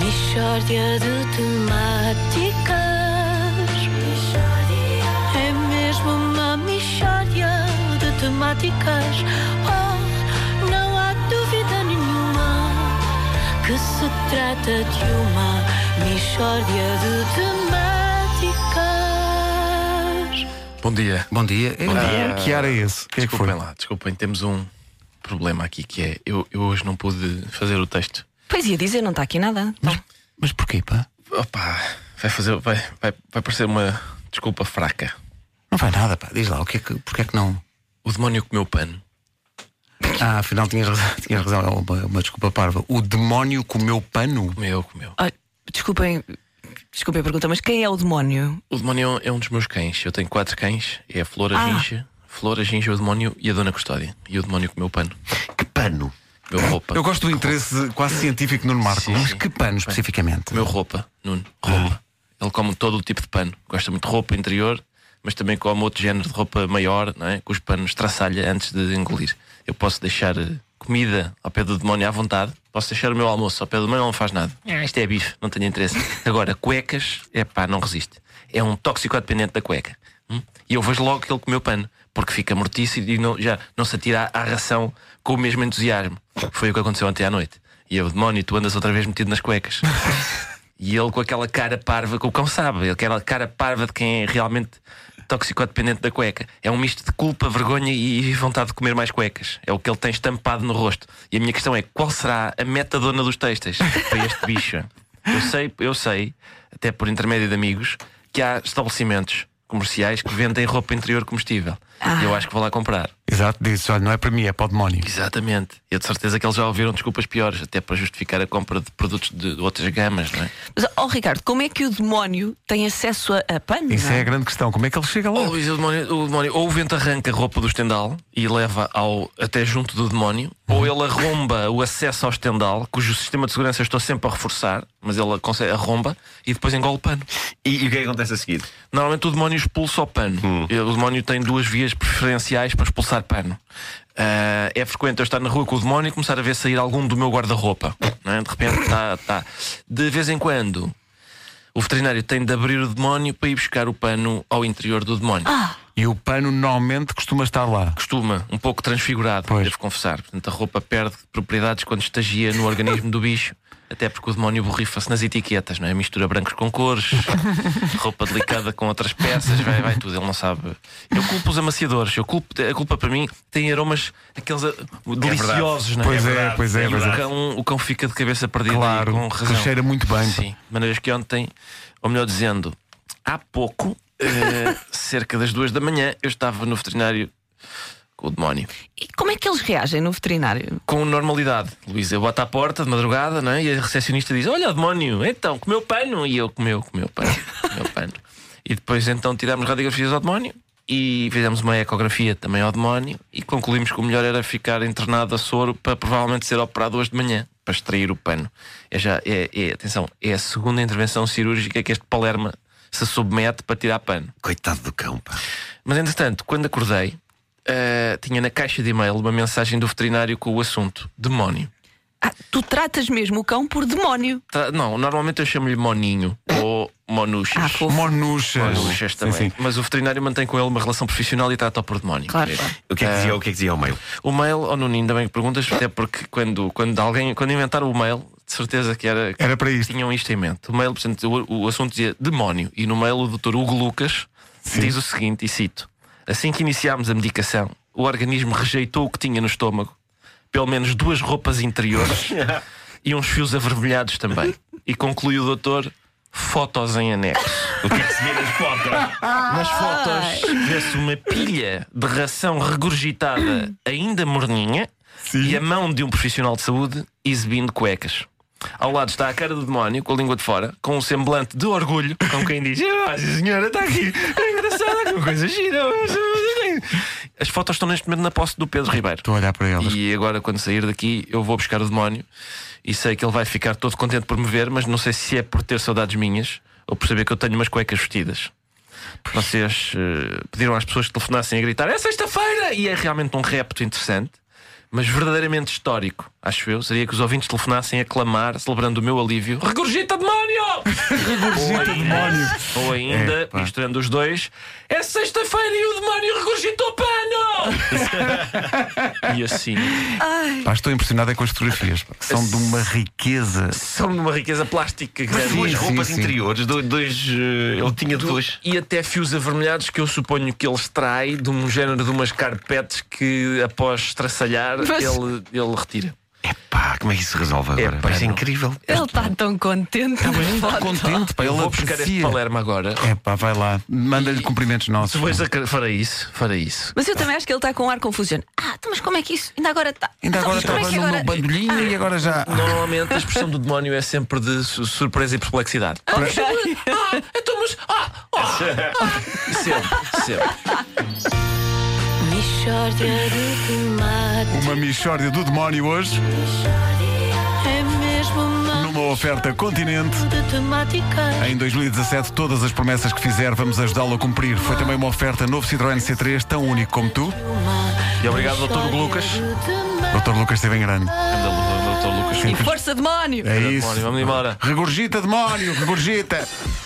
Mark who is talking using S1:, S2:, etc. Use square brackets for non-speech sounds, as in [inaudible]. S1: Mistória de temáticas. É mesmo uma mistória de temáticas. Oh, não há dúvida nenhuma que se trata de uma mistória de temáticas.
S2: Bom dia.
S3: Bom dia.
S2: Bom dia.
S3: Que ar é esse? Que é que foi?
S2: Desculpem lá, desculpem, temos um problema aqui que é eu, eu hoje não pude fazer o texto.
S4: Pois ia dizer, não está aqui nada. Tá. Bom,
S3: Mas porquê, pá?
S2: Opa, vai fazer, vai, vai, vai parecer uma desculpa fraca.
S3: Não vai nada, pá. Diz lá, o que é que, porquê é que não?
S2: O demónio comeu pano.
S3: Ah, afinal tinhas razão, [laughs] tinhas razão. É uma, uma desculpa parva. O demónio comeu pano?
S2: Comeu, comeu.
S4: olha, desculpem, desculpem a pergunta, mas quem é o demónio?
S2: O demónio é um dos meus cães. Eu tenho quatro cães. É a Flora,
S4: Ah.
S2: Ginja, Flora, Ginja, o demónio e a Dona Custódia. E o demónio comeu pano.
S3: Que pano?
S2: Comeu roupa.
S3: Eu gosto do interesse quase científico no Marco,
S2: Sim,
S3: mas
S2: sim.
S3: que pano especificamente?
S2: Comeu roupa, Nuno. Roupa. Ele come todo o tipo de pano. Gosta muito de roupa interior, mas também come outro género de roupa maior, não é? Que os panos traçalha antes de engolir. Eu posso deixar eh, comida ao pé do demónio à vontade. Posso deixar o meu almoço ao pé do demónio, ele não faz nada. Ah, isto é bife, não tenho interesse. Agora, cuecas, é pá, não resiste. É um toxicodependente da cueca. Hum? E eu vejo logo que ele comeu pano, porque fica mortício e não- já não se atira à, à ração com o mesmo entusiasmo. Foi o que aconteceu ontem à noite. E eu, demónio, tu andas outra vez metido nas cuecas. E ele com aquela cara parva que o cão sabe, ele aquela cara parva de quem é realmente toxicodependente da cueca. É um misto de culpa, vergonha e vontade de comer mais cuecas. É o que ele tem estampado no rosto. E a minha questão é: qual será a metadona dos textos para este bicho? Eu sei, eu sei, até por intermédio de amigos, que há estabelecimentos comerciais que vendem roupa interior comestível. E eu acho que vou lá comprar.
S3: Exato, disse, olha, não é para mim, é para o demónio.
S2: Exatamente. Eu de certeza que eles já ouviram desculpas piores, até para justificar a compra de produtos de outras gamas, não é?
S4: Mas, ó Ricardo, como é que o demónio tem acesso a, a pano?
S3: Isso
S4: não
S3: é a grande questão. Como é que ele chega lá?
S2: Ou, Luís, o demónio, o demónio- ou o vento arranca a roupa do estendal e leva ao, até junto do demónio,
S5: Uhum.
S2: ou ele arromba o acesso ao estendal, cujo sistema de segurança eu estou sempre a reforçar, mas ele consegue, arromba e depois engole o pano.
S5: E, e o que é que acontece a seguir? Hum.
S2: Normalmente o demónio expulsa o pano. E O demónio tem duas vias preferenciais para expulsar pano. Ah, é frequente eu estar na rua com o demónio e começar a ver sair algum do meu guarda-roupa. não é? De repente, tá, tá. De vez em quando, o veterinário tem de abrir o demónio para ir buscar o pano ao interior do demónio.
S3: E o pano normalmente costuma estar lá.
S2: costuma, um pouco transfigurado,
S3: Pois.
S2: devo confessar. Portanto, a roupa perde propriedades quando estagia no organismo do bicho. Até porque o demónio borrifa-se nas etiquetas, não é? Mistura brancos com
S3: [laughs]
S2: cores, roupa delicada com outras peças, vai, vai tudo, ele não sabe. Eu culpo os amaciadores, eu culpo, a culpa para mim tem aromas aqueles ah, deliciosos, não é?
S3: É Pois é,
S5: verdade,
S3: pois é,
S5: é
S3: pois
S2: O
S3: é.
S5: verdade.
S2: cão, o cão fica de cabeça perdida
S3: Claro,
S2: e com
S3: que
S2: razão.
S3: cheira muito bem.
S2: Sim, de maneiras que ontem, ou melhor dizendo, há pouco, eh, [laughs] cerca das duas da manhã, eu estava no veterinário com o demónio.
S4: E como é que eles reagem no veterinário?
S2: Com normalidade, Luís. Eu bato à porta de madrugada não é? e a recepcionista diz: Olha, demónio, então, comeu pano. E eu comeu, comeu pano, comeu pano. E depois então tirámos radiografias ao demónio e fizemos uma ecografia também ao demónio e concluímos que o melhor era ficar internado a soro para provavelmente ser operado hoje de manhã, para extrair o pano. É já, é, é- atenção, é a segunda intervenção cirúrgica que este Palerma se submete para tirar pano.
S5: Coitado do cão, pá.
S2: Mas entretanto, quando acordei, eh, tinha na caixa de e-mail uma mensagem do veterinário com o assunto demónio.
S4: Ah, tu tratas mesmo o cão por demónio.
S2: Tá- não, normalmente eu chamo-lhe Moninho ou Monuchas.
S4: Ah, fofo.
S3: Monuchas.
S2: Monuchas
S3: Sim,
S2: também.
S3: sim.
S2: Mas o veterinário mantém com ele uma relação profissional e trata-o por demónio.
S4: Claro.
S5: O que é que dizia, o que é que dizia ao meio?
S2: O mail, ou oh, Nuno, ainda bem que perguntas, até porque quando, quando alguém, quando inventaram o mail, de certeza que era,
S3: Era para isto.
S2: tinham isto em mente. O mail, portanto, o, o assunto dizia demónio. E no mail, o Dr. Hugo Lucas diz o seguinte, e cito: Assim que iniciámos a medicação, o organismo rejeitou o que tinha no estômago, pelo menos duas roupas
S5: [laughs]
S2: interiores e uns fios avermelhados também. E conclui o doutor. Fotos em anexo.
S5: O que é que se vê nas fotos?
S2: Nas fotos vê-se uma pilha de ração regurgitada, ainda morninha, e a mão de um profissional de saúde exibindo cuecas. Ao lado está a cara do demónio, com a língua de fora, com um semblante de orgulho, com quem diz: Ah, sim, senhora, está aqui, é engraçado, é uma coisa gira. As fotos estão neste momento na posse do Pedro Ribeiro.
S3: Estou a olhar para elas.
S2: E agora, quando sair daqui, eu vou buscar o demónio e sei que ele vai ficar todo contente por me ver, mas não sei se é por ter saudades minhas ou por saber que eu tenho umas cuecas vestidas. Vocês eh, pediram às pessoas que telefonassem a gritar: É sexta-feira! E é realmente um repto interessante, mas verdadeiramente histórico. acho eu, seria que os ouvintes telefonassem a clamar, celebrando o meu alívio. Regurgita demónio!
S3: Regurgita demónio.
S2: Ou ainda,
S3: Epá.
S2: misturando os dois, é sexta-feira e o demónio regurgita o
S3: [laughs]
S2: pano! e assim,
S3: Pá, estou impressionado é com as fotografias. pá, que São de uma riqueza.
S2: são de uma riqueza plástica é
S5: Mas duas
S3: sim,
S5: roupas
S3: sim.
S5: interiores, do- dois. eh, Ele tinha duas.
S2: E até fios avermelhados que eu suponho que ele extrai de um género de umas carpetes que, após estraçalhar,
S4: Mas-
S2: ele, ele retira.
S5: Epá, como é que isso se resolve agora?
S2: Epá,
S5: Mas é
S2: não.
S5: incrível.
S4: Ele está tão contente. na foto.
S3: Contente, pá,
S2: Eu
S3: Ah, ele
S2: vou buscar este
S3: aprecia.
S2: Palermo agora.
S3: É pá, vai lá. Manda-lhe cumprimentos nossos.
S2: Depois acre- farei isso, farei isso.
S4: Mas eu também acho que ele está com um ar confuso. dizendo, Ah, então, mas como é que isso? Ainda agora está.
S3: Ainda agora um
S4: então,
S3: estava
S4: mas como é que
S3: no meu
S4: agora...
S3: bandolhinho e agora já.
S2: Normalmente a expressão do demónio é sempre de su- surpresa e perplexidade. Ah, mas-
S3: [laughs]
S2: ah, então, mas. Ah, ah, ah. Sempre, sempre.
S1: Mixórdia de tomate.
S3: Uma mixórdia do demónio hoje,
S1: É mesmo uma
S3: numa oferta continente.
S1: de temáticas.
S3: Em 2017, todas as promessas que fizer, vamos ajudá-lo a cumprir. Foi também uma oferta novo Citroën C3, tão único como tu.
S2: E obrigado, Dr. Hugo Lucas.
S3: Dr. Lucas esteve em grande.
S2: Doutor Lucas.
S4: Força demónio!
S3: É
S2: Doutor
S3: isso.
S2: Demónio, Vamos embora.
S3: Regurgita, demónio, regurgita.